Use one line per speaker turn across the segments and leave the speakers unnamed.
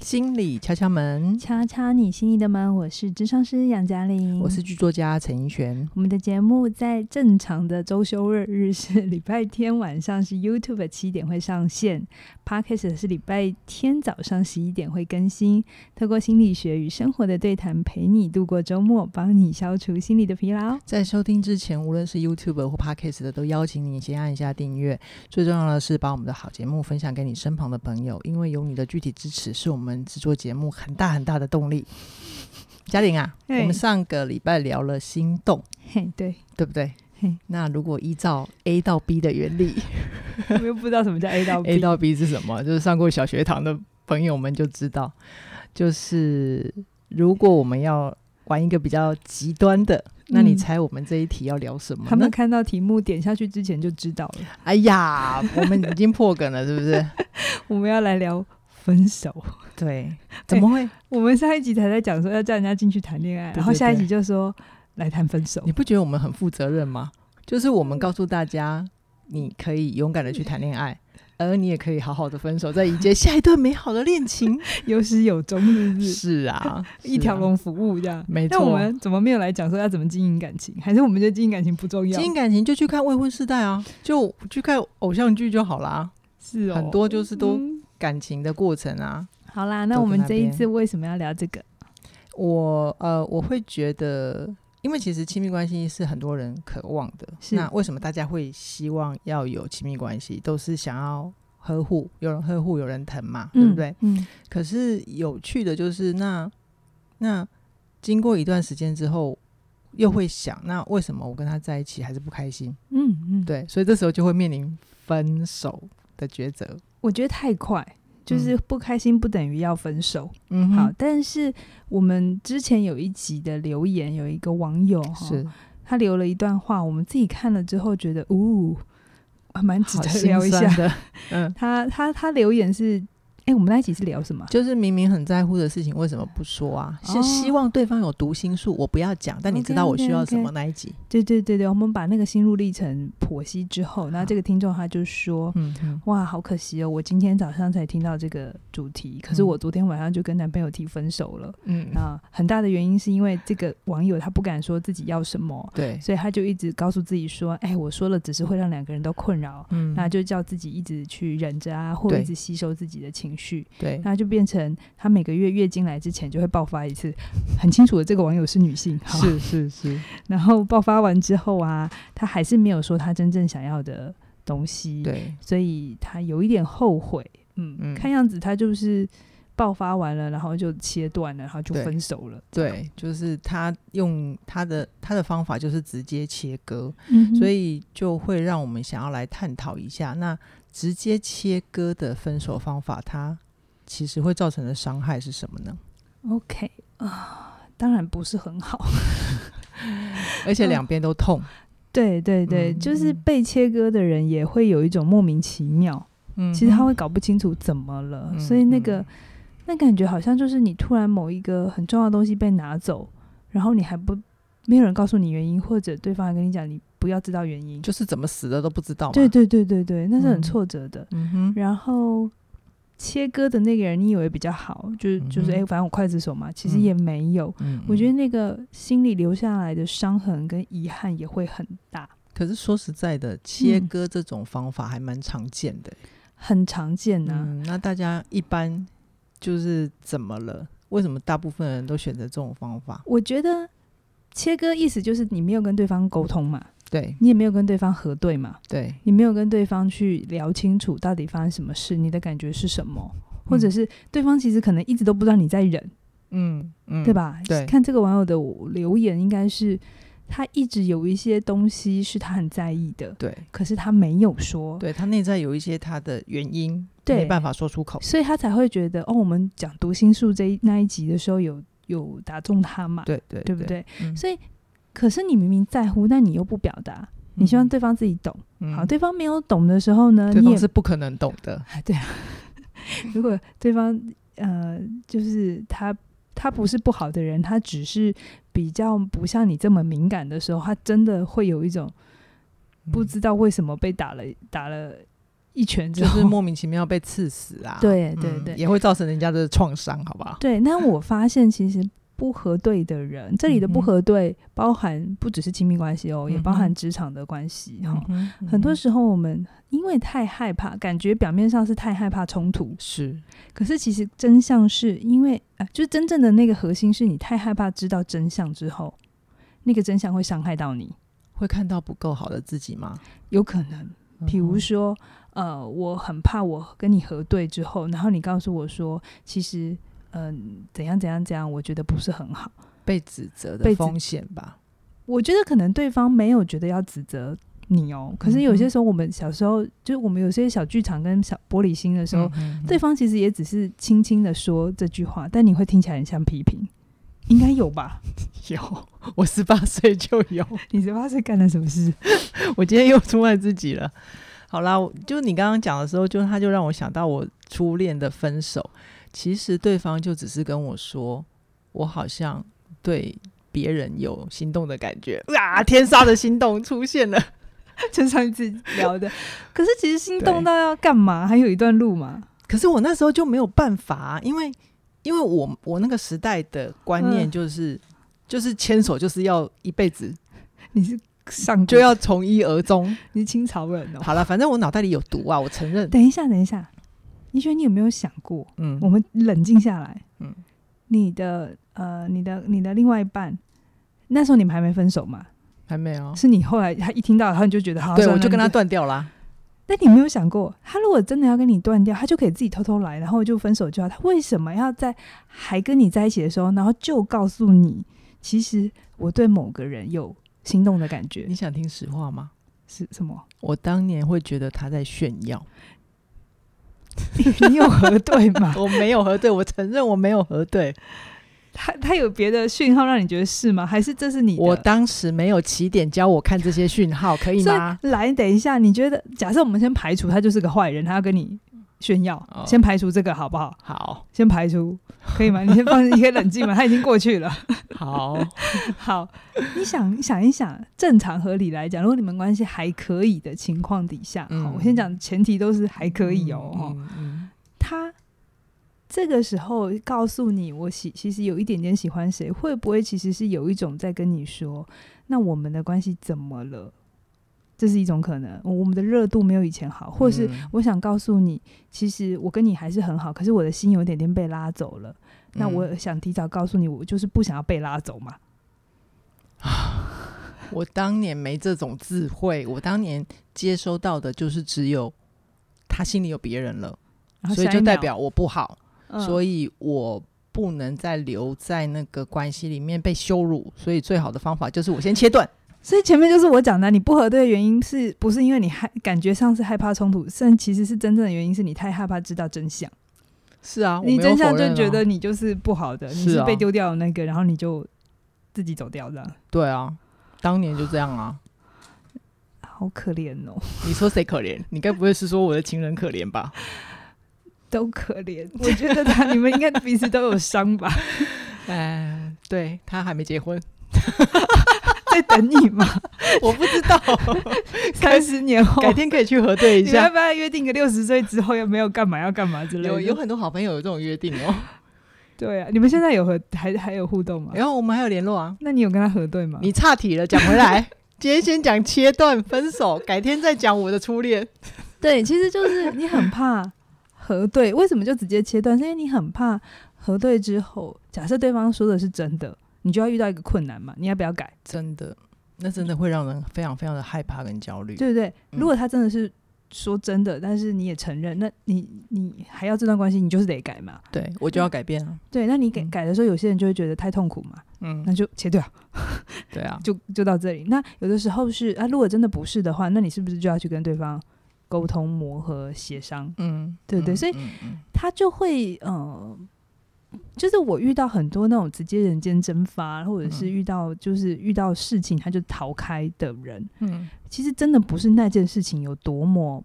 心理敲敲门，
敲敲你心里的门，我是智商师杨嘉玲，
我是剧作家陈怡璇。
我们的节目在正常的周休日日是礼拜天晚上是 YouTube 七点会上线，Podcast 是礼拜天早上十一点会更新。透过心理学与生活的对谈，陪你度过周末，帮你消除心理的疲 劳。
在收听之前，无论是 YouTube 或 Podcast 的，都邀请你先按一下订阅。最重要的是，把我们的好节目分享给你身旁的朋友，因为有你的具体支持，是我们制作节目很大很大的动 力。嘉玲啊，我
嘿
们上个礼拜聊了心动，
嘿，对，
对不对
嘿？
那如果依照 A 到 B 的原理
我又不知道什么叫 A 到 B，
，A 哎到 B 是什么？ 就是上过小学堂的朋友们就知道，就是如果我们要玩一个比较极端的，那你
嗯
猜我们这一题要聊什么呢？
他们看到题目点下去之前就知道了，
哎呀，我们已经破梗了，是不 是？
我们要来聊分手。
对，怎么会？
我们上一集才在讲说要叫人家进去谈恋爱，
对
然后
对
下一
对
集就说来谈分手
你。不觉得我们很负责任吗？就是我们告诉大家，你可以勇敢的去谈恋爱，
嗯
而你也可以好好的分手，再迎接下一段美好的恋情。
有始有终，是不 是？
是啊，
一条
是啊。
龙服务这样。
没
那我
错
们怎么没有来讲说要怎么经营感情？还是我们觉得经营感情不重要
经？营感情就去看未婚世代啊，就去看偶像剧就好啦。
是哦，
很多就是都
嗯
感情的过程啊，
好啦，
都
那
在
我们
那
这一
边
次为什么要聊这个？
我呃，我会觉得，因为其实亲密关系是很多人渴望的。
是
那为什么大家会希望要有亲密关系？都是想要呵护，有人呵护，有人疼嘛，对不对？
嗯？嗯，
可是有趣的就是那，那经过一段时间之后，又会想，那为什么我跟他在一起还是不开心？
嗯嗯，，
对，所以这时候就会面临分手的抉择。
我觉得太快。就是不开心不等于要分手，
嗯
好
哼，，
但是我们之前有一集的留言，有一个网友哈，
是
他留了一段话，我们自己看了之后觉得，呜、还蛮值
好
得
心
聊一
酸
下。
的，嗯。
他他他留言是，哎、我们那一集是聊什么？
就是明明很在乎的事情，为什么不说啊？是、
哦
希望对方有读心术，我不要讲，但你知道我需要什么那一集。
对对对对，我们把那个心路历程剖析之后，那这个听众他就说。
嗯嗯，
哇，好可惜哦！我今天早上才听到这个主题，可是
嗯
我昨天晚上就跟男朋友提分手了。
嗯
那、很大的原因是因为这个网友他不敢说自己要什么，
对，
所以他就一直告诉自己说：“哎，我说了只是会让两个人都困扰，
嗯
那就叫自己一直去忍着啊，或
对
一直吸收自己的情绪。”
对，
那就变成她每个月月经来之前就会爆发一次，很清楚的，这个网友是女性，好
是是是，
然后爆发完之后啊，她还是没有说她真正想要的东西，，
对，
所以她有一点后悔，嗯，
嗯
看样子她就是爆发完了，然后就切断了，然后就
对
分手了，
对，就是他用他的他的方法就是直接切割，
嗯哼，
所以就会让我们想要来探讨一下，那直接切割的分手方法，它其实会造成的伤害是什么呢？
OK 啊、当然不是很好， 嗯
而且两边都痛，
对对对，
嗯
就是被切割的人也会有一种莫名其妙，
嗯
其实他会搞不清楚怎么了，
嗯
所以那个、
嗯
那感觉好像就是你突然某一个很重要的东西被拿走，然后你还不没有人告诉你原因，或者对方还跟你讲你不要知道原因，
就是怎么死的都不知道嘛。
对，对对对对，那是很
嗯
挫折的。
嗯哼，
然后切割的那个人，你以为比较好，就是就是
嗯
哎、诶反正我刽子手嘛，其实
嗯
也没有。
嗯
我觉
得。
得那个心里留下来的伤痕跟遗憾也会很大，
可是说实在的，切
嗯
割这种方法还蛮常见的欸、
很常见啊呐、
嗯，那大家一般就是怎么了？为什么大部分人都选择这种方法？
我觉得切割意思就是你没有跟对方沟通嘛，
对
你也没有跟对方核对嘛，
对，
你没有跟对方去聊清楚到底发生什么事，你的感觉是什么，或者是对方其实可能一直都不知道你在忍，
嗯嗯，
对？吧？
对
看这个网友的留言，应该是他一直有一些东西是他很在意的，
对，
可是他没有说，
对他内在有一些他的原因，
对
没办法说出口。
所以他才会觉得哦，我们讲读心术这一那一集的时候有有打中他嘛，
对对
对不？对？
嗯
所以，可是你明明在乎，但你又不表达，你希望对方自己懂。
嗯
好，，对方没有懂的时候呢，
嗯对
你也
方是不可能懂的。
哎， 对啊，如果对方呃，就是他他不是不好的人，他只是比较不像你这么敏感的时候，他真的会有一种不
嗯
知道为什么被打了打了一拳之
就
后，
是莫名其妙被刺死啊，
对对
嗯
对
也会造成人家的创伤，好不好？
对，但我发现其实不核对的人，这里的不
嗯哼
核对包含不只是亲密关系哦，也
嗯
包含
哼
职场的关系哈、
嗯哼
哦很多
嗯哼
时候我们因为太害怕，感觉表面上是太害怕冲突，
是
可是其实真相是因为啊、就是真正的那个核心是你太害怕知道真相之后，那个真相会伤害到你，
会看到不够好的自己吗？嗯
有可能。比如说，呃，我很怕我跟你核对之后，然后你告诉我说，其实，嗯、怎样怎样怎样，我觉得不是很好。
被指嗯责
被
的
指
风险吧，
我觉得可能对方没有觉得要指责你哦，可是有些时候我们小时候，就是我们有些小剧场跟小玻璃心的时候，
嗯 哼
对方其实也只是轻轻的说这句话，但你会听起来很像批评，应该有吧？
有，我十八岁就 有，
你十八岁干了什么事？
我今天又出卖自己了。好啦，我就你刚刚讲的时候，就他就让我想到我初恋的分手，其实对方就只是跟我说，我好像对别人有心动的感觉， 啊，天杀的心动出现了。
就上一次聊的，可是其实心动
对
到要干嘛？还有一段路嘛。
可是我那时候就没有办法、啊，因为因为我我那个时代的观念
嗯
就是、就是牵手就是要一辈子，
你是上
就
古
要从一而终。
你是清朝人哦。
好了，反正我脑袋里有毒啊，我承认。
等一下，等一下，一轩，你有没有想过，
嗯
我们冷静下来，
嗯
你的呃，你的你的另外一半，那时候你们还没分手嘛？
还没有。
是你后来他一听到，然后你就觉得好，
哦对，
算
我
了
就跟他。
那
断掉啦。
那你有没有想过，他如果真的要跟你断掉，他就可以自己偷偷来，然后就分手就好。他为什么要在还跟你在一起的时候，然后就告诉你，其实我对某个人有心动的感觉
你想听实话吗？
是什么？
我当年会觉得他在炫耀，
你有核对 吗？
我没有核对，我承认我没有核对，
他他有别的讯号让你觉得是吗？还是这是你的
我当时没有起点教我看这些讯号，可以
所
吗？
以来，等一下，你觉得假设我们先排除他就是个坏人，他要跟你炫耀，
哦
先排除这个好不好？
好
先排除，可以吗？你先放， 你可以冷静嘛，他已经过去了。
好，
好，你想想一想，正常合理来讲，如果你们关系还可以的情况底下，好、
嗯
我先讲前提都是还可以哦。哦
嗯嗯
他这个时候告诉你我喜其实有一点点喜欢谁，会不会其实是有一种在跟你说，那我们的关系怎么了？这是一种可能，我们的热度没有以前好，或是
嗯
我想告诉你，其实我跟你还是很好，可是我的心有点点被拉走了。那
嗯
我想提早告诉你，我就是不想要被拉走嘛。
我当年没这种智慧，我当年接收到的就是只有他心里有别人了，
然后
所以
下
就
一
代
秒，
表我不好，
嗯
所以我不能再留在那个关系里面被羞辱，所以最好的方法就是我先切断。
所以前面就是我讲的，你不核对的原因是不是因为你害感觉上是害怕冲突，但其实是真正的原因是你太害怕知道真相。
是啊，我
你
没有
真相
否认
就
啊
觉得你就是不好的，你
是
是
啊
被丢掉的那个，然后你就自己走掉 的，
对啊，当年就这样啊。
好可怜哦，
你说谁可 怜？你该不会是说我的情人可怜吧？
都可 怜。我觉得他你们应该彼此都有伤吧，
哎，对他还没结婚，
在等你嘛，
我不知道，
三十年 后
改。天可以去核对一
你们要
下。
不要约定个六十岁之后又没有干嘛要干嘛之类
有
的？
有很多好朋友有这种约定 哦，
对啊，你们现在有和还还有互动吗？
然后我们还有联络啊。
那你有跟他核对吗？
你岔题了，讲回来， 今天先讲切断分手，改天再讲我的初恋。
对，其实就是你很 怕核对，为什么就直接切断？是因为你很怕核对之后，假设对方说的是真的，你就要遇到一个困难嘛，你要不要改？
真的，那真的会让人非常非常的害怕跟焦虑。
对不对？
嗯
如果他真的是说真的，但是你也承认，那你你还要这段关系，你就是得改嘛。
对我就要改变啊。
对，那你改
嗯
改的时候，有些人就会觉得太痛苦嘛，
嗯，
那就切掉，
对啊，
就就到这里。那有的时候是啊，如果真的不是的话，那你是不是就要去跟对方沟通、磨合、协商？
嗯，
对对
嗯
所以
嗯嗯
他就会呃，就是我遇到很多那种直接人间蒸发，或者是
嗯
遇到就是遇到事情他就逃开的人，
嗯
其实真的不是那件事情有多么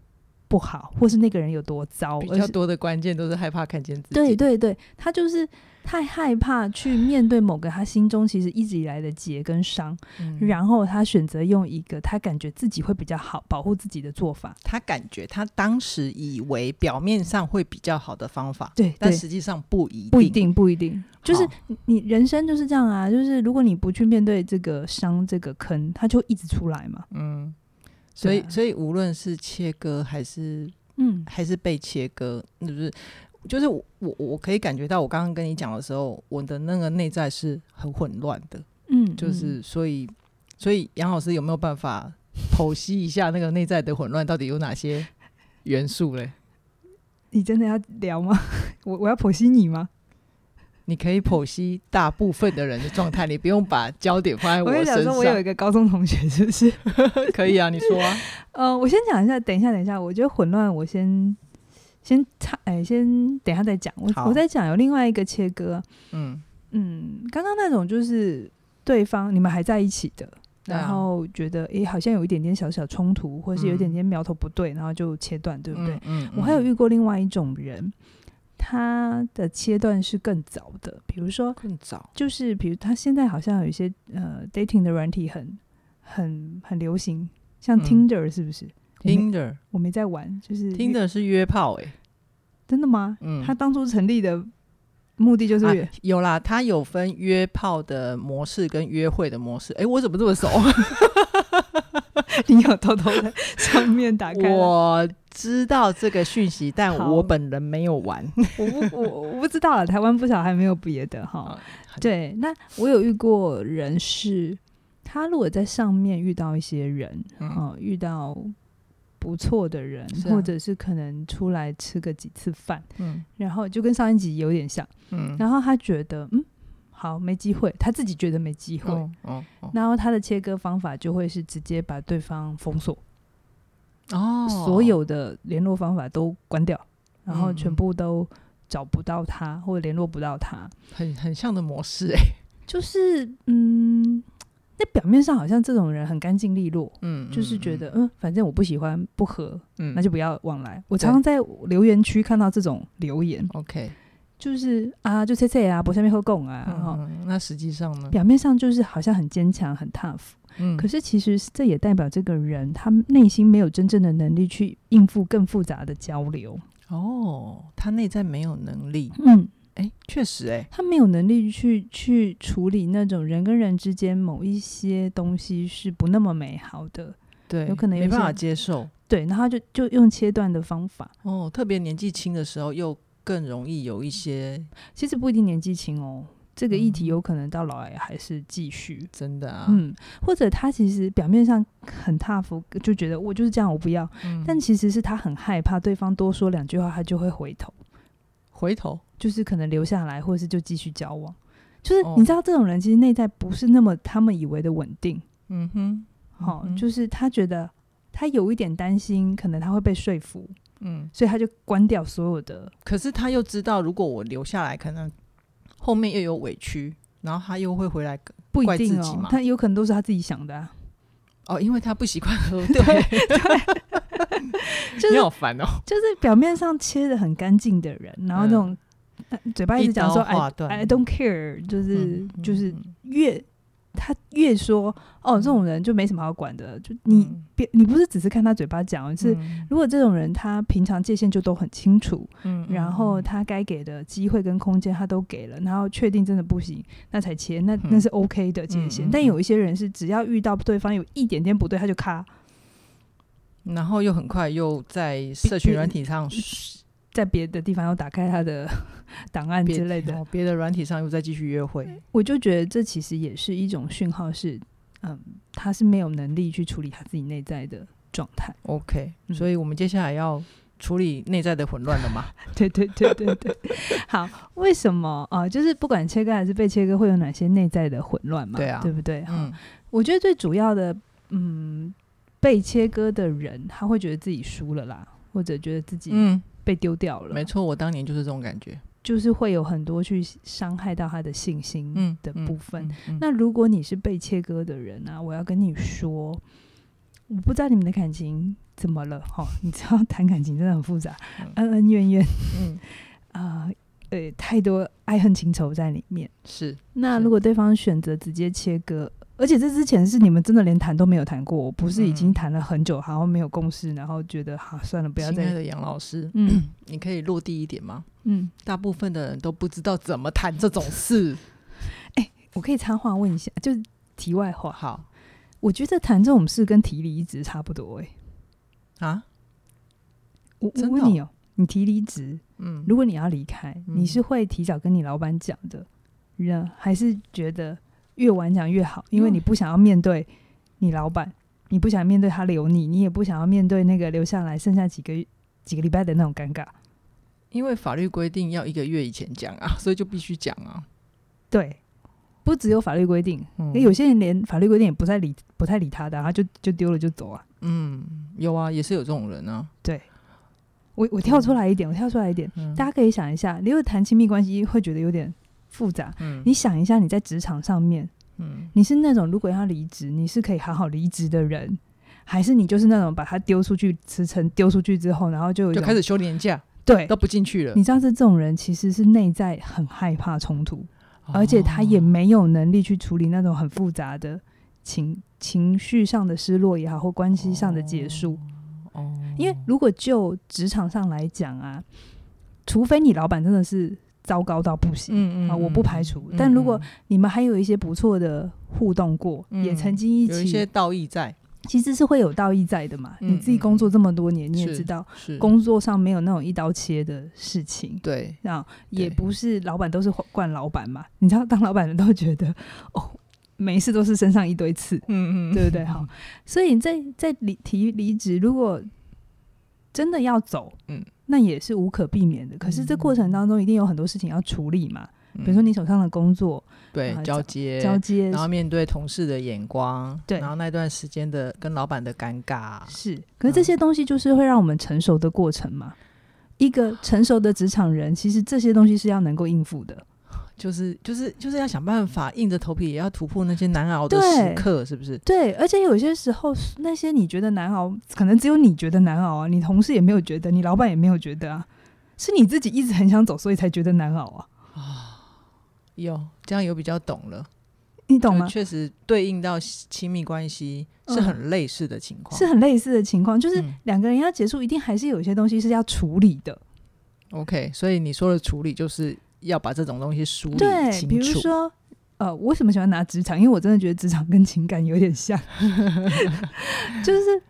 不好，或是那个人有多糟，
比
而
较
是
多的关键都是害怕看见自己。
对对对，他就是太害怕去面对某个他心中其实一直以来的结跟伤，
嗯，
然后他选择用一个他感觉自己会比较好保护自己的做法。
他感觉他当时以为表面上会比较好的方法，
对，
但
对
实际上不一定。
不一定，不一定，就是
好
你你人生就是这样啊，就是如果你不去面对这个伤、这个坑，它就一直出来嘛。
嗯，所以、
对啊
所以无论是切割还是
嗯
还是被切割，是不是？就是我我我可以感觉到，我刚刚跟你讲的时候，我的那个内在是很混乱的，
嗯，
就是所以所以杨老师有没有办法剖析一下那个内在的混乱到底有哪些元素嘞？
你真的要聊吗？ 我我要剖析你吗？
你可以剖析大部分的人的状态，你不用把焦点放在
跟
的
你讲
身
说，哎我有
上。
一个高中同学，就是
可以啊，你说啊。
呃，我先讲一下，等一下，等一下，我觉得混乱，我先先插，哎、先等一下再讲。我
好
我在讲有另外一个切割，
嗯，
嗯，刚刚那种就是对方你们还在一起的，
对啊
然后觉得诶、好像有一点点小小冲突，或是有一点
嗯
点苗头不对，然后就切断，对不对？
嗯
我还有遇过另外一种人，他的切断是更早的，比如说
更早，
就是比如他现在好像有一些呃 dating 的软体很很很流行，像
嗯
Tinder 是不是？我没
Tinder
我没在玩，就是约
Tinder 是约炮哎、
真的吗？
嗯，
他当初成立的目的就是约
啊、有啦，他有分约炮的模式跟约会的模式。哎、我怎么这么熟？
你有偷偷在上面打开 了，
我知道这个讯息，但
好
我本人没有玩。
我不我我不知道啊了，台湾不少还没有别的哈。对，那我有遇过人是，他如果在上面遇到一些人，
嗯
哦，遇到不错的人，
是啊
或者是可能出来吃个几次饭，
嗯
然后就跟上一集有点像，
嗯，
然后他觉得嗯，好没机会，他自己觉得没机会，
哦哦哦
然后他的切割方法就会是直接把对方封锁，
哦
所有的联络方法都关掉，然后
嗯
全部都找不到他或者联络不到他，
很很像的模式哎、
就是嗯，那表面上好像这种人很干净利落。
嗯，
就是觉得，嗯，反正我不喜欢，不合，
嗯，
那
就
就不要往来。我
对
常常在留言区看到这种留言，
OK。
就是啊，就切切啊，不下面喝拱啊，然后
嗯嗯那实际上呢？
表面上就是好像很坚强、很 tough，
嗯，
可是其实这也代表这个人他内心没有真正的能力去应付更复杂的交流。
哦，他内在没有能力。
嗯，
哎、确实哎、
他没有能力去去处理那种人跟人之间某一些东西是不那么美好的。
对，
有可能有
没办
些
法接受。
对，然后他就就用切断的方法，
哦，特别年纪轻的时候又更容易有一些
其实不一定年纪轻哦。这个议题
嗯
有可能到老来还是继续，
真的啊，
嗯，或者他其实表面上很 tough，就觉得我就是这样，我不要，
嗯
但其实是他很害怕对方多说两句话，他就会回头，
回头
就是可能留下来，或者是就继续交往。就是
哦
你知道，这种人其实内在不是那么他们以为的稳定，
嗯哼，
好、
嗯哼
就是他觉得他有一点担心，可能他会被说服，
嗯，
所以他就关掉所有的。
可是他又知道，如果我留下来，可能后面又有委屈，然后他又会回来跟。
不一
怪
定
自己
哦
嘛，
他有可能都是他自己想的、啊，
哦，因为他不习惯 喝对，
就是
你好烦哦。
就是表面上切的很干净的人，然后那种、呃嘴巴一直讲说
嗯一刀划
I
断
I don't care，就是、
嗯
就是
嗯
越他越说哦，这种人就没什么好管的，就你别、你不是只是看他嘴巴讲，是、
嗯
如果这种人他平常界限就都很清楚，
嗯嗯
然后
嗯
他该给的机会跟空间他都给了，然后确定真的不行，那才切，那那是 OK 的界
嗯
限。
嗯嗯
但
嗯
有一些人是只要遇到对方有一点点不对，他就咔
然后又很快又在社群软体上
在别的地方又打开他的 档案
别
之类的，
哦别的软体上又再继续约会，
我就觉得这其实也是一种讯号是，嗯，他是没有能力去处理他自己内在的状态。
OK，、
嗯
所以我们接下来要处理内在的混乱了 嘛？
对对对对 对。好，为什么啊、呃就是不管切割还是被切割，会有哪些内在的混乱嘛？
对啊
对不对？嗯，
嗯
我觉得最主要的，嗯，被切割的人，他会觉得自己输了啦，或者觉得自己
嗯，
被丢掉了，
没，错，我当年就是这种感觉。
就是会有很多去伤害到他的信心
嗯
的
嗯
部分。
嗯嗯
那如果你是被切割的人啊，我要跟你说，我不知道你们的感情怎么了哈、你知道谈感情真的很复杂，恩恩怨怨
嗯，
啊，呃，太多爱恨情仇在里面。
是
那
是
如果对方选择直接切割，而且这之前是你们真的连谈都没有谈过，不是已经
嗯
谈了很久，然后没有共识，然后觉得哈、算了，不要
亲爱
再
的杨老师，
嗯
你可以落地一点吗？
嗯，
大部分的人都不知道怎么谈这种事。
我可以插话问一下，就是题外话，
好
我觉得谈这种事跟提离职差不多哎、
啊，
我我
真的
问你哦、你提离职，
嗯，
如果你要离开，
嗯
你是会提早跟你老板讲的，人还是觉得越晚讲越好？因为
嗯
你不想要面对你老板，你不想面对他留你，你也不想要面对那个留下来剩下几个月几个礼拜的那种尴尬。
因为法律规定要一个月以前讲啊，所以就必须讲啊。
对，不只有法律规定，
嗯
那有些人连法律规定也不太理，不太理他的啊、他就就丢了就走啊。
嗯有啊，也是有这种人啊。
我我跳出来一点，我跳出来一点，
嗯
大家可以想一下，如果谈亲密关系会觉得有点复杂，
嗯
你想一下你在职场上面。
嗯
你是那种如果要离职，你是可以好好离职的人，还是你就是那种把它丢出去，辞呈丢出去之后，然后就有一
就
种
开始休年假，
对
都，不进去了
你，知道是这种人其实是内在很害怕冲突，而且他也
哦
没有能力去处理那种很复杂的情情绪上的失落也好，或关系上的结束。
哦，
因为如果就职场上来讲啊，除非你老板真的是糟糕到不行，
嗯
啊我不排除
嗯
但如果
嗯
你们还有一些不错的互动过，
嗯
也曾经一
有
起
一些道义在，
其实是会有道义在的嘛。
嗯
你自己工作这么多年，你也
是
知道，
是
工作上没有那种一刀切的事情。
对
啊，也
对
不是老板都是惯老板嘛，你知道当老板的都觉得哦，每一次都是身上一堆刺，
嗯
对不 对？好，所以你在在离提离职，如果真的要走，
嗯，
那也是无可避免的。可是这过程当中一定有很多事情要处理嘛，
比
比如说你手上的工作、
嗯对
啊
交接
交接
然后面对同事的眼光，
对
然后那段时间的跟老板的尴尬，
是，
嗯
可是这些东西就是会让我们成熟的过程嘛。一
啊
个成熟的职场人，其实这些东西是要能够应付的。
就是就是就是要想办法，硬着头皮也要突破那些难熬的
对
时刻，是不是？
对，而且有些时候那些你觉得难熬，可能只有你觉得难熬啊，你同事也没有觉得，你老板也没有觉得啊，是你自己一直很想走，所以才觉得难熬啊。
有这样有比较懂了，
你懂
就
吗？
确实对应到亲密关系
嗯
是很类似的情况，
是很类似的情况，就是
嗯
两个人要结束，一定还是有一些东西是要处理的。
OK。所以你说的处理就是要把这种东西梳理
对，
清
比如
楚，
说，呃，我为什么喜欢拿职场？因为我真的觉得职场跟情感有 点像，就是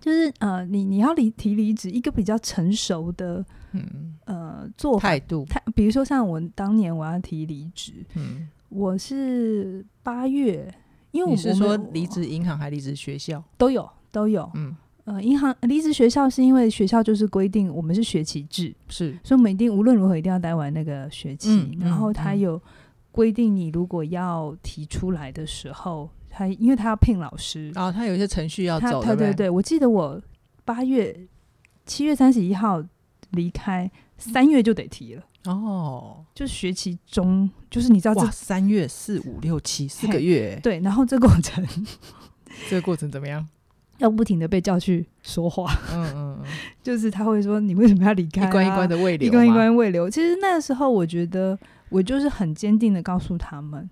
就是呃，你你要离提离职，一个比较成熟的
嗯，
呃做法。
态度，
他比如说像我当年我要提离职，
嗯，
我是八月，因为我
你是说
我们
离职银行还离职学校？
都有都有，
嗯，
呃，银行离职学校是因为学校就是规定我们是学期制，
是，
所以我们一定无论如何一定要待完那个学期。
嗯
然后
嗯
他
嗯
有规定，你如果要提出来的时候，他因为他要聘老师，
然后他有一些程序要
他
哦走，
他
对
对
不对，
对，我记得我八月七月三十一号离开，三月就得提了，
哦，
就是学期中，就是你知道啊这
哇，三月四五六七四个
嘿
月，
对，然后这过程
这个过程怎么样？
要不停的被叫去说话，
嗯嗯，嗯
就是他会说你为什么要离开、啊，
一关一关
的。
的喂流
一
嘛，
关一关未留。其实那时候，我觉得我就是很坚定的告诉他们，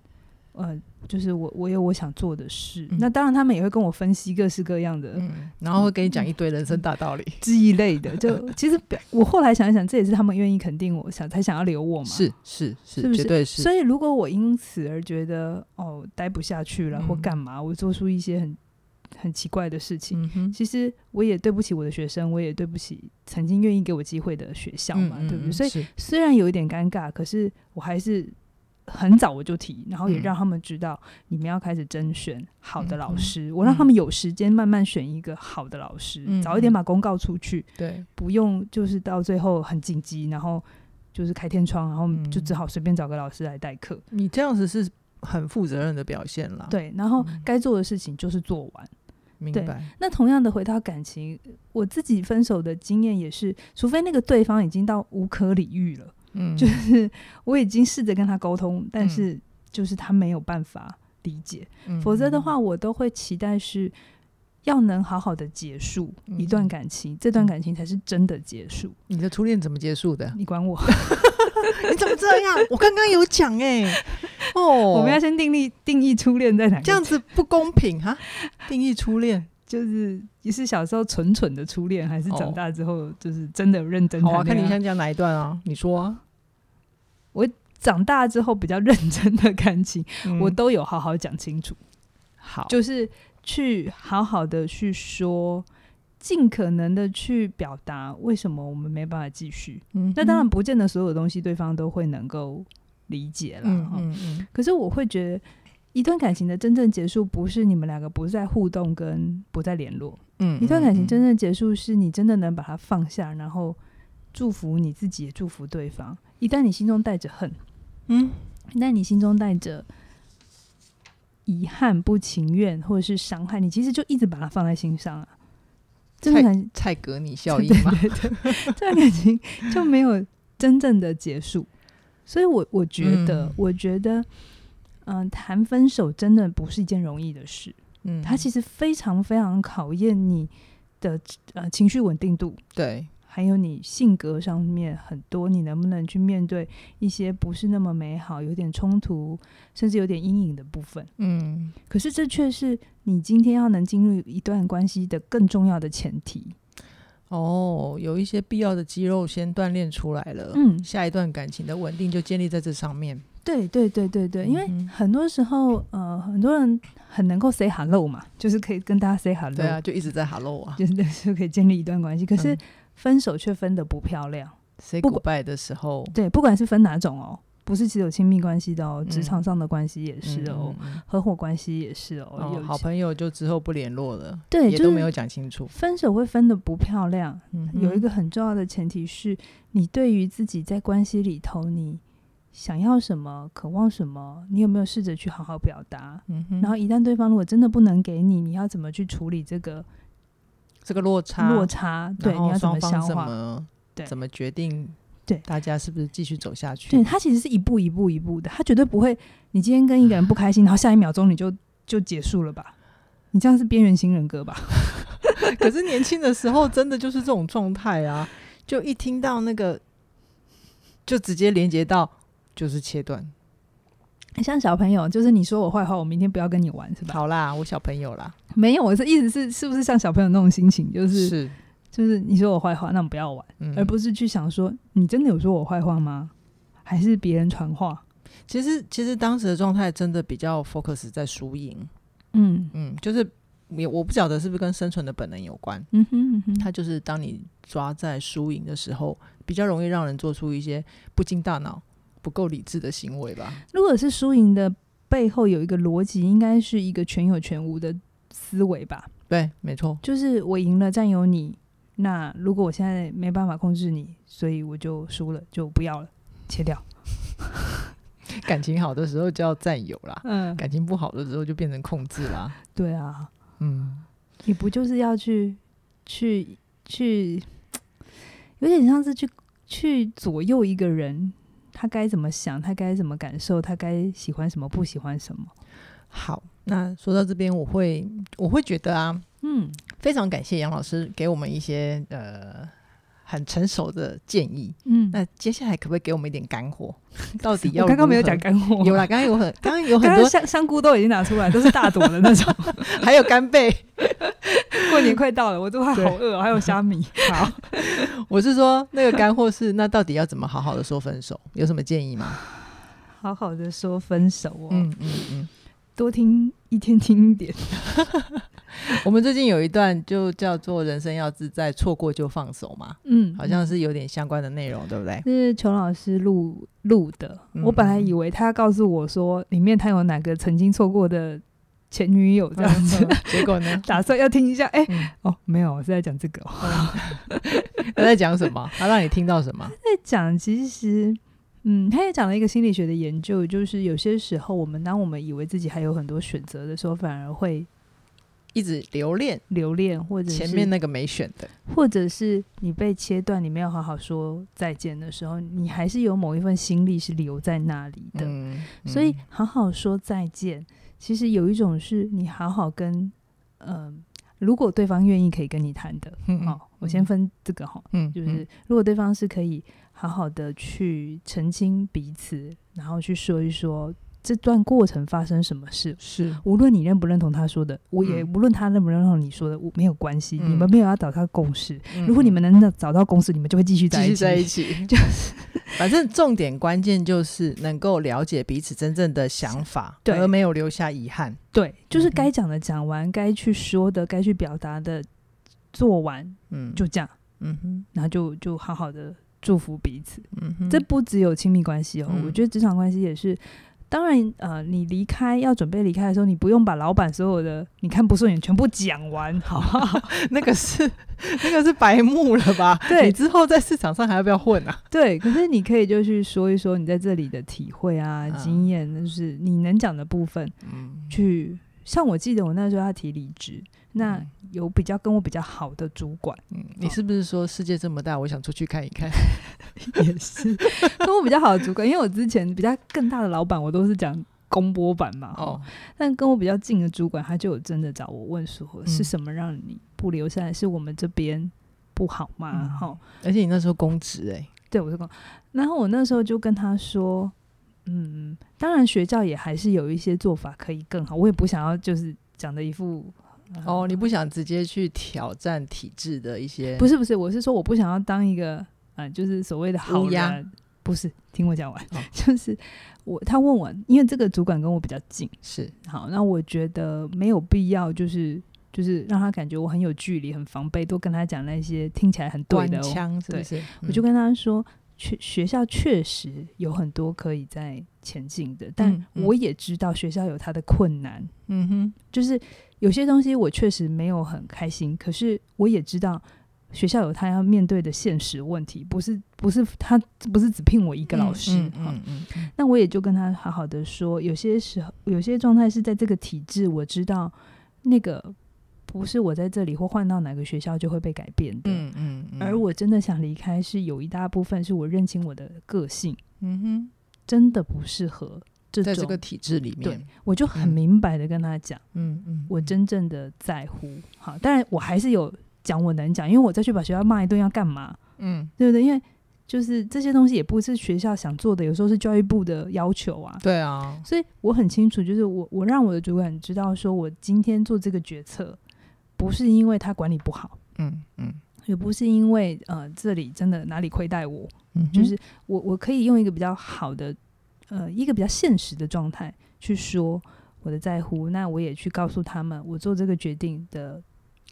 呃，就是我我有我想做的事。
嗯
那当然，他们也会跟我分析各式各样的
嗯，然后会跟你讲一堆人生大道理，
之一类 的。就其实表我后来想一想，这也是他们愿意肯定我想才想要留我嘛。。
是是
嗯是不
是，
是
绝对是。
所以，如果我因此而觉得哦待不下去了，
嗯
或干嘛，我做出一些很很奇怪的事情，
嗯哼，
其实我也对不起我的学生，我也对不起曾经愿意给我机会的学校嘛，
嗯
对不对？所以
以
虽然有一点尴尬，可是我还是很早我就提，然后也
嗯
让他们知道你们要开始甄选好的老
嗯
师，我让他们有时间慢慢选一个好的老师，
嗯
早一点把公告出去，
对，
不用就是到最后很紧急，然后就是开天窗，然后
嗯
就只好随便找个老师来代课。
你这样子是很负责任的表现啦。，
对，然后
嗯
该做的事情就是做完。
明
对
白。
那同样的，回到感情，我自己分手的经验也是，除非那个对方已经到无可理喻了。
嗯，
就是我已经试着跟他沟通，但是就是他没有办法理解。
嗯
否则的，话，我都会期待是要能好好的结束
嗯
一段感情，这段感情才是真的结束。
你的初恋怎么结束的？
你管我？
你怎么这样？我刚刚有讲哎、哦，
我们要先定义定义初恋在哪个？
这样子不公平哈！定义初恋，
就是你是小时候蠢蠢的初恋，还是
哦
长大之后就是真的认真
好
谈恋爱？
啊，看你想讲哪一段啊？你说啊、
长大之后比较认真的感情，
嗯
我都有好好讲清楚，
好，
就是去好好的去说，尽可能的去表达为什么我们没办法继续。
嗯
那当然，不见得所有东西对方都会能够理解啦。
嗯
哈
嗯嗯
可是我会觉得，一段感情的真正结束，不是你们两个不再互动跟不再联络，
嗯，
一段感情真
的
正结束，是你真的能把它放下，然后祝福你自己，也祝福对方。一旦你心中带着恨，
嗯
那你心中带着遗憾、不情愿或者是伤害，你其实就一直把它放在心上啊。这段感
蔡格你效应
对
嘛，
对对， 这段感情就没有真正的结束。所以我，我觉得，
嗯
我觉得，嗯、谈分手真的不是一件容易的事，
嗯，
它其实非常非常考验你的呃情绪稳定度，
对，
还有你性格上面很多，你能不能去面对一些不是那么美好、有点冲突，甚至有点阴影的部分？
嗯
可是这却是你今天要能进入一段关系的更重要的前提。
哦，有一些必要的肌肉先锻炼出来了，
嗯，
下一段感情的稳定就建立在这上面。
对对对对对，因为
嗯哼
很多时候，呃，很多人很能够 say hello 嘛，就是可以跟大家 say hello，
对啊，就一直在 hello 啊。
就是就可以建立一段关系。可是
嗯
分手却分得不漂亮。
say
不管
goodbye 的时候，
对，不管是分哪种哦，不是只有亲密关系的哦，职
嗯
场上的关系也是
嗯
哦。，
嗯嗯
合伙关系也是哦，
哦
有
好朋友就之后不联络了，
对，
也
就
都没有
是
讲清楚。
分手会分的不漂亮。
嗯
有一
哼
个很重要的前提是你对于自己在关系里头你想要什么、渴望什么，你有没有试着去好好表达？
嗯哼，
然后一旦对方如果真的不能给你，你要怎么去处理这个
这个落差，
落差？对，
然
你
后
要怎么
双
消
方怎
化？
么
对
怎么决定？
对
大家是不是继续走下去？
对，它其实是一步一步一步的，它绝对不会你今天跟一个人不开心，然后下一秒钟你就就结束了吧？你这样是边缘型人格吧？
可是年轻的时候真的就是这种状态啊，就一听到那个，就直接连接到就是切断。
像小朋友，就是你说我坏话，我明天不要跟你玩，是吧？
好啦，我小朋友啦，
没有，我是意思是是不是像小朋友那种心情，就是
是，
就是你说我坏话，那我们不要玩，
嗯
而不是去想说你真的有说我坏话吗？还是别人传话？
其实其实当时的状态真的比较 focus 在输赢，
嗯
嗯，就是也我不晓得是不是跟生存的本能有关，
嗯哼嗯哼，
它就是当你抓在输赢的时候，比较容易让人做出一些不经大脑、不够理智的行为吧。
如果是输赢的背后有一个逻辑，应该是一个全有全无的思维吧，
对，没错，
就是我赢了占有你，那如果我现在没办法控制你，所以我就输了，就不要了，切掉。
感情好的时候就要占有啦，
嗯，
感情不好的时候就变成控制啦。
对啊，
嗯，
你不就是要去去去，有点像是去去左右一个人，他该怎么想，他该怎么感受，他该喜欢什么，不喜欢什么。
好，那说到这边，我会我会觉得啊，
嗯
非常感谢杨老师给我们一些呃很成熟的建议。
嗯，
那接下来可不可以给我们一点干 货？到底要
我刚刚没有
如何
讲干货，
有啦，刚刚有很，刚刚有很
刚刚
多，
香香菇都已经拿出来，都是大朵的那 种。
还有干贝。
过年快到了，我都还
对
好饿哦，还有虾米。
好， 我是说那个干货是，那到底要怎么好好的说分手？ 有什么建议吗？
好好的说分手哦，
嗯嗯嗯，
多听一天听一点。
我们最近有一段就叫做“人生要自在，错过就放手”嘛，
嗯，
好像是有点相关的内容，对不对？
是裘老师录录的。
嗯
我本来以为他告诉我说，里面他有哪个曾经错过的前女友这样子，
结果呢？
打算要听一下。哎、
嗯
哦，没有，我是在讲这个、哦。
他在讲什么？他让你听到什么？
在讲其实。嗯，他也讲了一个心理学的研究，就是有些时候我们当我们以为自己还有很多选择的时候，反而会
一直留恋
留恋，或者是
前面那个没选的，
或者是你被切断，你没有好好说再见的时候，你还是有某一份心力是留在那里的。
嗯，
所以好好说再见，其实有一种是你好好跟嗯、呃如果对方愿意可以跟你谈的，
嗯
哦，我先分这个哈、
嗯，
就是如果对方是可以好好的去澄清彼此，然后去说一说这段过程发生什么事。
是
无论你认不认同他说的，我也、
嗯
无论他认不认同你说的，我没有关系。
嗯
你们没有要找到共识，如果你们能找到共识，你们就会继续
继
在一
续
起。
嗯在一起，就是 反正重点关键就是能够了解彼此真正的想法，
对
而没有留下遗憾。
对，就是
嗯哼
该讲的讲完，该去说的、该去表达的做完，
嗯，
就这样，
嗯哼，
然后就就好好的祝福彼此。
嗯哼，
这不只有亲密关系哦，
嗯
我觉得职场关系也是。当然，呃，你离开要准备离开的时候，你不用把老板所有的你看不顺眼全部讲 完，好不好？
那个是那个是白目了吧？
对
你之后在市场上还要不要混啊？
对，可是你可以就去说一说你在这里的体会啊、
嗯
经验，就是你能讲的部分，
嗯，
去。像我记得我那时候要提离职，那
嗯
有比较跟我比较好的主管，
你是不是说世界这么大，我想出去看一看？
也是 跟我比较好的主管，因为我之前比较更大的老板，我都是讲公播版嘛。
哦，
但跟我比较近的主管，他就有真的找我问说，
嗯
是什么让你不留下来？是我们这边不好吗？
嗯
哈、
而且你那时候公职哎，
对我就讲，然后我那时候就跟他说，嗯，当然学校也还是有一些做法可以更好，我也不想要就是讲的一副。呃
哦，你不想直接去挑战体制的一些？
不是不是，我是说我不想要当一个呃，就是所谓的好
乌鸦
人。不是，听我讲完，
哦
就是我他问我，因为这个主管跟我比较近，
是，
好，那我觉得没有必要，就是就是让他感觉我很有距离、很防备，都跟他讲那些听起来很对
官
的、哦。
腔是不
对
是？
我就
嗯
跟他说，确学校确实有很多可以在前进的，但
嗯嗯
我也知道学校有它的困难，
嗯哼，
就是有些东西我确实没有很开心，可是我也知道学校有他要面对的现实问题，不是不是他不是只聘我一个老师，
嗯
好
嗯嗯嗯
那我也就跟他好好的说，有些时候有些状态是在这个体制，我知道那个不是我在这里或换到哪个学校就会被改变的。
嗯嗯嗯，
而我真的想离开，是有一大部分是我认清我的个性
嗯哼。
真的不适合这
在
种，
这个体制里
对
面，
我就很
嗯
明白的跟他讲，
嗯嗯，
我
嗯
真正的在乎。好，当然我还是有讲我能讲，因为我再去把学校骂一顿要干嘛？
嗯，
对不对？因为就是这些东西也不是学校想做的，有时候是教育部的要求啊。
对啊，
所以我很清楚，就是我我让我的主管知道，说我今天做这个决策，不是因为他管理不好，
嗯嗯
也不是因为呃这里真的哪里亏待我，
嗯哼，
就是我我可以用一个比较好的，呃一个比较现实的状态去说我的在乎，那我也去告诉他们我做这个决定的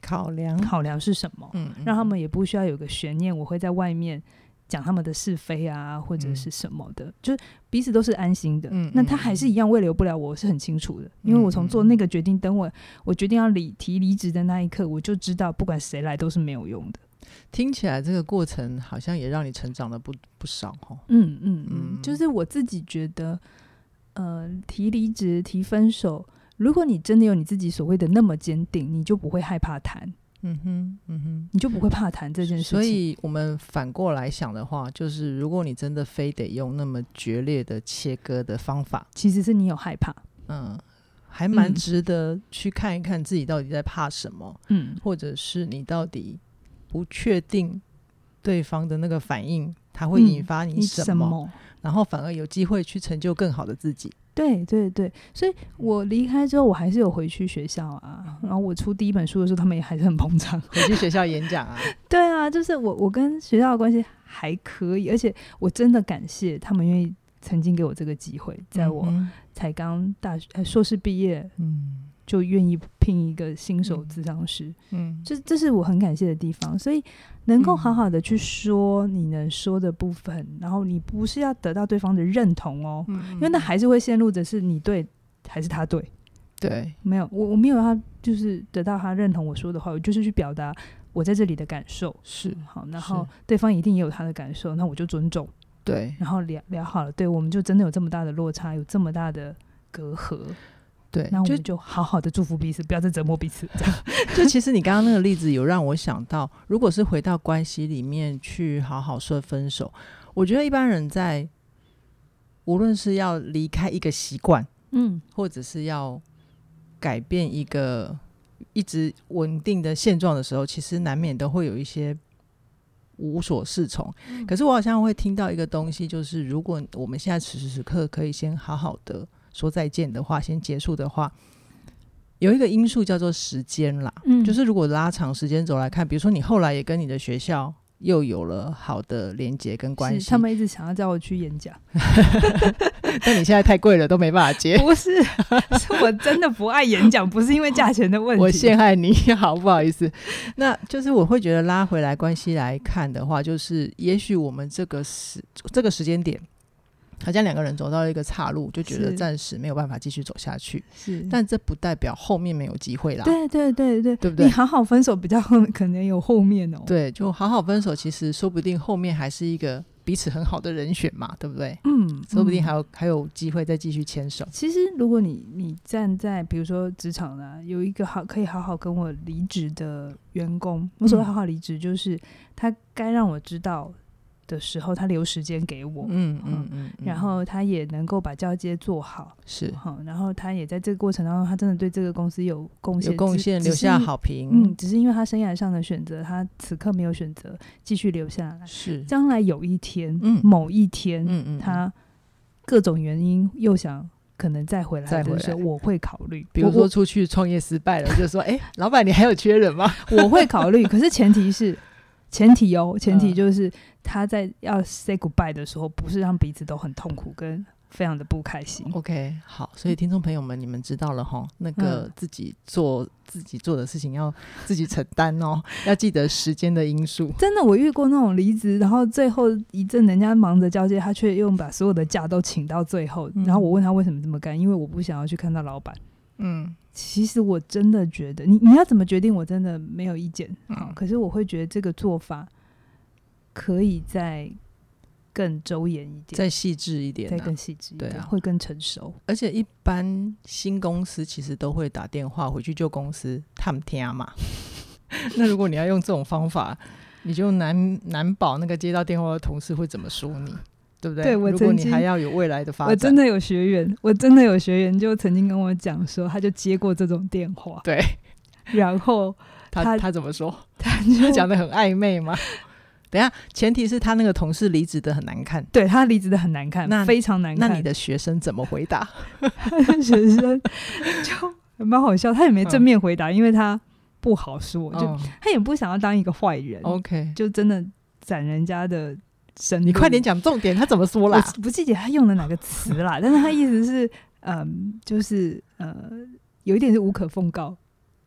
考量，
考量是什么，
嗯，
让他们也不需要有个悬念，我会在外面。讲他们的是非啊，或者
嗯
是什么的，就是彼此都是安心的。
嗯
那
嗯
他还
嗯
是一样慰留不了我，我是很清楚的，因为我从做那个决定，等我我决定要离提离职的那一刻，我就知道不管谁来都是没有用的。
听起来这个过程好像也让你成长的不不少哦哈。
嗯嗯嗯，
嗯
就是我自己觉得，呃，提离职、提分手，如果你真的有你自己所谓的那么坚定，你就不会害怕谈，
嗯哼，嗯哼。
你就不会怕谈这件事情。
所，以，我们反过来想的话，就是如果你真的非得用那么决裂的切割的方法，
其实是你有害怕。
嗯，还蛮
嗯
值得去看一看自己到底在怕什么，
嗯，
或者是你到底不确定对方的那个反应，它会引
嗯
发
你
你什么，
什么？
然后反而有机会去成就更好的自己。
对对对，所以我离开之后，我还是有回去学校
嗯
啊。然后我出第一本书的时候，他们也还是很捧场。
回去学校演 讲啊，
对啊，就是我我跟学校的关系还可以，而且我真的感谢他们愿意曾经给我这个机会，在我
嗯
才刚大学、呃硕士毕业
嗯
就愿意聘一个新手咨商师，
嗯
这这是我很感谢的地方。所以能够
嗯
好好的去说你能说的部分，然后你不是要得到对方的认同哦，
嗯，因
因为那还是会陷入的是你对还是他对。
对，
没有，我我没有要就是得到他认同我说的话，我就是去表达我在这里的感受。嗯
是
好，然后对方一定也有他的感受，那我就尊重，
对
然后聊聊好了，对我们就真的有这么大的落差，有这么大的隔阂，
对，
那我
就
们就好好的祝福彼此，不要再折磨彼此。 这样
就其实你刚刚那个例子有让我想到，如果是回到关系里面去好好说分手，我觉得一般人在无论是要离开一个习惯，
嗯
或者是要改变一个一直稳定的现状的时候，其实难免都会有一些无所适从。
嗯
可是我好像会听到一个东西，就是如果我们现在此时此刻可以先好好的说再见的话，先结束的话，有一个因素叫做时间啦。
嗯
就是如果拉长时间轴来看，比如说你后来也跟你的学校又有了好的连接跟关
是
系，
他们一直想要叫我去演讲，
但你现在太贵了，都没办法接。
不是， 是我真的不爱演讲，不是因为价钱的问题。
我陷害你，好不好意思？ 那就是我会觉得拉回来关系来看的话，就是也许我们这个时这个时间点，好像两个人走到一个岔路，就觉得
是
暂时没有办法继续走下去，
是，
但这不代表后面没有机会啦。
对对对对，
对不对
你好好分手比较可能有后面哦。，
对，就好好分手，其实说不定后面还是一个彼此很好的人选嘛，对不对？
嗯，
说不定还
嗯
有、还有机会再继续牵手。
其实，如果你你站在比如说职场呢，有一个好可以好好跟我离职的员工，我所谓
嗯
好好离职，就是他该让我知道的时候，他留时间给我，
嗯
嗯
嗯嗯，
然后他也能够把交接做好，
是
好，然后他也在这个过程当中，他真的对这个公司有贡献，
有贡
只
献，
只
留
是
下
因
好评。
嗯，，只是因为他生涯上的选择，他此刻没有选择继续留下来，
是，
将来有一天，
嗯
某一天，
嗯嗯，嗯
他各种原因又想可能再回来
再
的
回
时候，
来
我会考虑，
比如
我
说出去创业失败了，就说：“哎、 老板，你还有缺人吗
我我会考虑， 可是前提是。前提哦，前提
嗯
就是他在要 say goodbye 的时候，不是让彼此都很痛苦跟非常的不开心？”
？OK，好，所以听众朋友们，你们知道了哈，那个
嗯
自己做、自己做的事情要自己承担哦， 要记得时间的因素。
真的，我遇过那种离职，然后最后一阵人家忙着交接，他却又把所有的假都请到最后。
嗯
然后我问他为什么这么干，因为我不想要去看到老板。
嗯
其实我真的觉得，你你要怎么决定，我真的没有意见。好，
嗯
可是我会觉得这个做法可以再更周延一点，
再细致一点、
再
啊
更，细致一点，
对啊
会更成熟。
而且一般新公司其实都会打电话回去旧公司探听嘛。 那如果你要用这种方法，你就难难保那个接到电话的同事会怎么说你，对不对？
对我
如果
曾
你
经
还要有未来的发展，
我真的有学员，我真的有学员就曾经跟我讲说，他就接过这种电话，
对
然后他
他 他怎么说？
他就
讲的很暧昧吗？等一下，前提是他那个同事离职的很难看，
对他离职的很难看，
那
非常难看。
那你的学生怎么回答？
学生就蛮好笑，他也没
嗯
正面回答，因为他不好说，就、
哦
他也不想要当一个坏人，
OK，
就真的斩人家的神。
你快点，讲重点，他怎么说
我
啦？
不记得他用了哪个词啦， 但是他意思是，嗯，就是呃，有一点是无可奉告，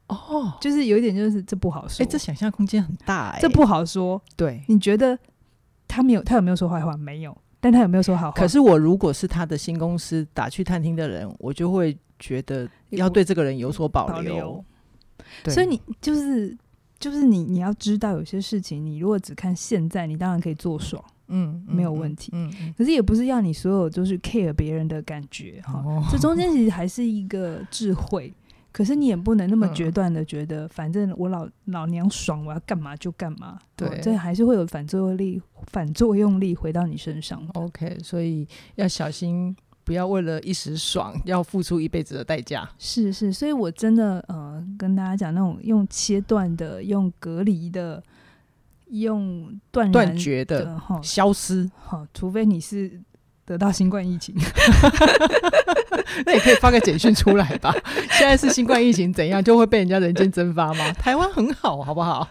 哦，
就是有一点就是这不好说，
哎，这想象空间很大哎，
这不好说。
对。
你觉得他没有他有没有说坏话？没有，但他有没有说好话？
可是我如果是他的新公司打去探听的人，我就会觉得要对这个人有所保留。
保留
对
所以你就是就是你你要知道，有些事情你如果只看现在，你当然可以做爽，
嗯
没有问题
嗯嗯
可是也不是要你所有都是 care 别人的感觉哈。
哦
这中间其实还是一个智慧，可是你也不能那么
嗯
决断的觉得，反正我老老娘爽，我要干嘛就干嘛。
对
哦这还是会有反作用力，反作用力回到你身上。
OK，所以要小心，不要为了一时爽，要付出一辈子的代价。
是是，所以我真的呃跟大家讲，那种用切断的、用隔离的、用断然
断绝的、
的哈，
消失，
好，除非你是得到新冠疫情，
那也可以发个简讯出来吧。 现在是新冠疫情怎样，就会被人家人间蒸发吗？ 台湾很好，好不好？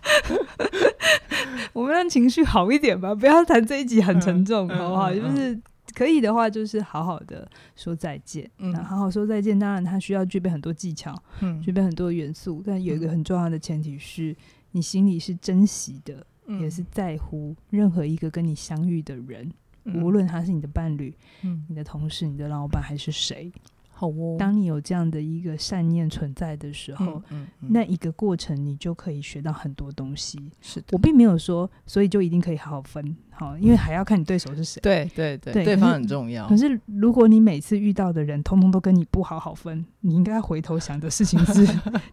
我们让情绪好一点吧，不要谈这一集很沉重，
嗯
好不好？
嗯嗯
就是可以的话，就是好好的说再见。
嗯
那好好说再见，当然它需要具备很多技巧，
嗯
具备很多元素，但有一个很重要的前提是你心里是珍惜的，
嗯
也是在乎任何一个跟你相遇的人，无论他是你的伴侣、
嗯
你的同事、你的老板还是谁。
好哦，
当你有这样的一个善念存在的时候，
嗯嗯
那一个过程，你就可以学到很多东西。
是的，
我并没有说，所以就一定可以好好分，好，因为还要看你对手是谁。
对对对，
对
对
可
方
是
很重要
可。是如果你每次遇到的人，通通都跟你不好好分，你应该回头想的事情是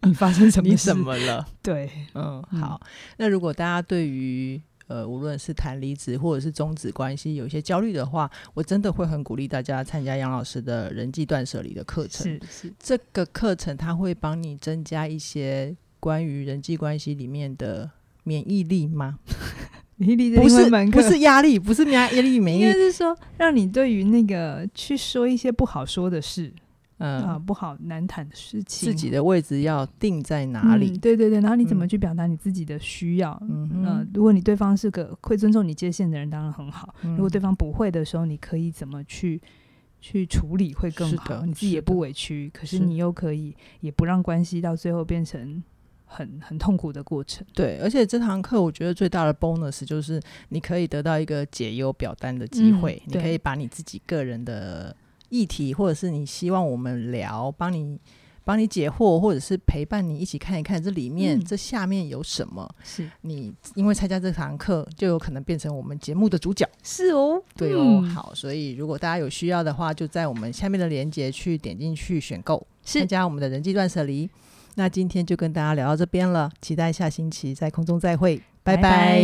你发生什么 事？
你怎么了？
对？
嗯，
嗯
好。那如果大家对于呃，无论是谈离职或者是终止关系，有一些焦虑的话，我真的会很鼓励大家参加杨老师的人际断舍离的课程。
是是，
这个课程它会帮你增加一些关于人际关系里面的免疫力吗？
你理解
不是，
门
不是压力， 不是压压力免
应
疫
该，是说让你对于那个去说一些不好说的事、啊，
嗯，
不好难谈的事情，
自己的位置要定在哪
嗯
里？
对对对，然后你怎么
嗯
去表达你自己的需要？
嗯
嗯、
哼
如果你对方是个会尊重你界限的人，当然很好。
嗯
如果对方不会的时候，你可以怎么去去处理会更
是
好？
的
你自己
是
也不
的
委屈，可是
是
你又可以也不让关系到最后变成很很痛苦的过程。
对，而且这堂课我觉得最大的 bonus 就是你可以得到一个解忧表单的机
嗯
会，你
对
可以把你自己个人的议题，或者是你希望我们聊，帮你帮你解惑，或者是陪伴你一起看一看这里面、
嗯
这下面有什么。
是
你因为参加这堂课，就有可能变成我们节目的主角。
是哦，
对哦，
嗯，
好，所以如果大家有需要的话，就在我们下面的链接去点进去选购，参
是
加我们的人际断舍离。那今天就跟大家聊到这边了，期待下星期在空中再会，拜拜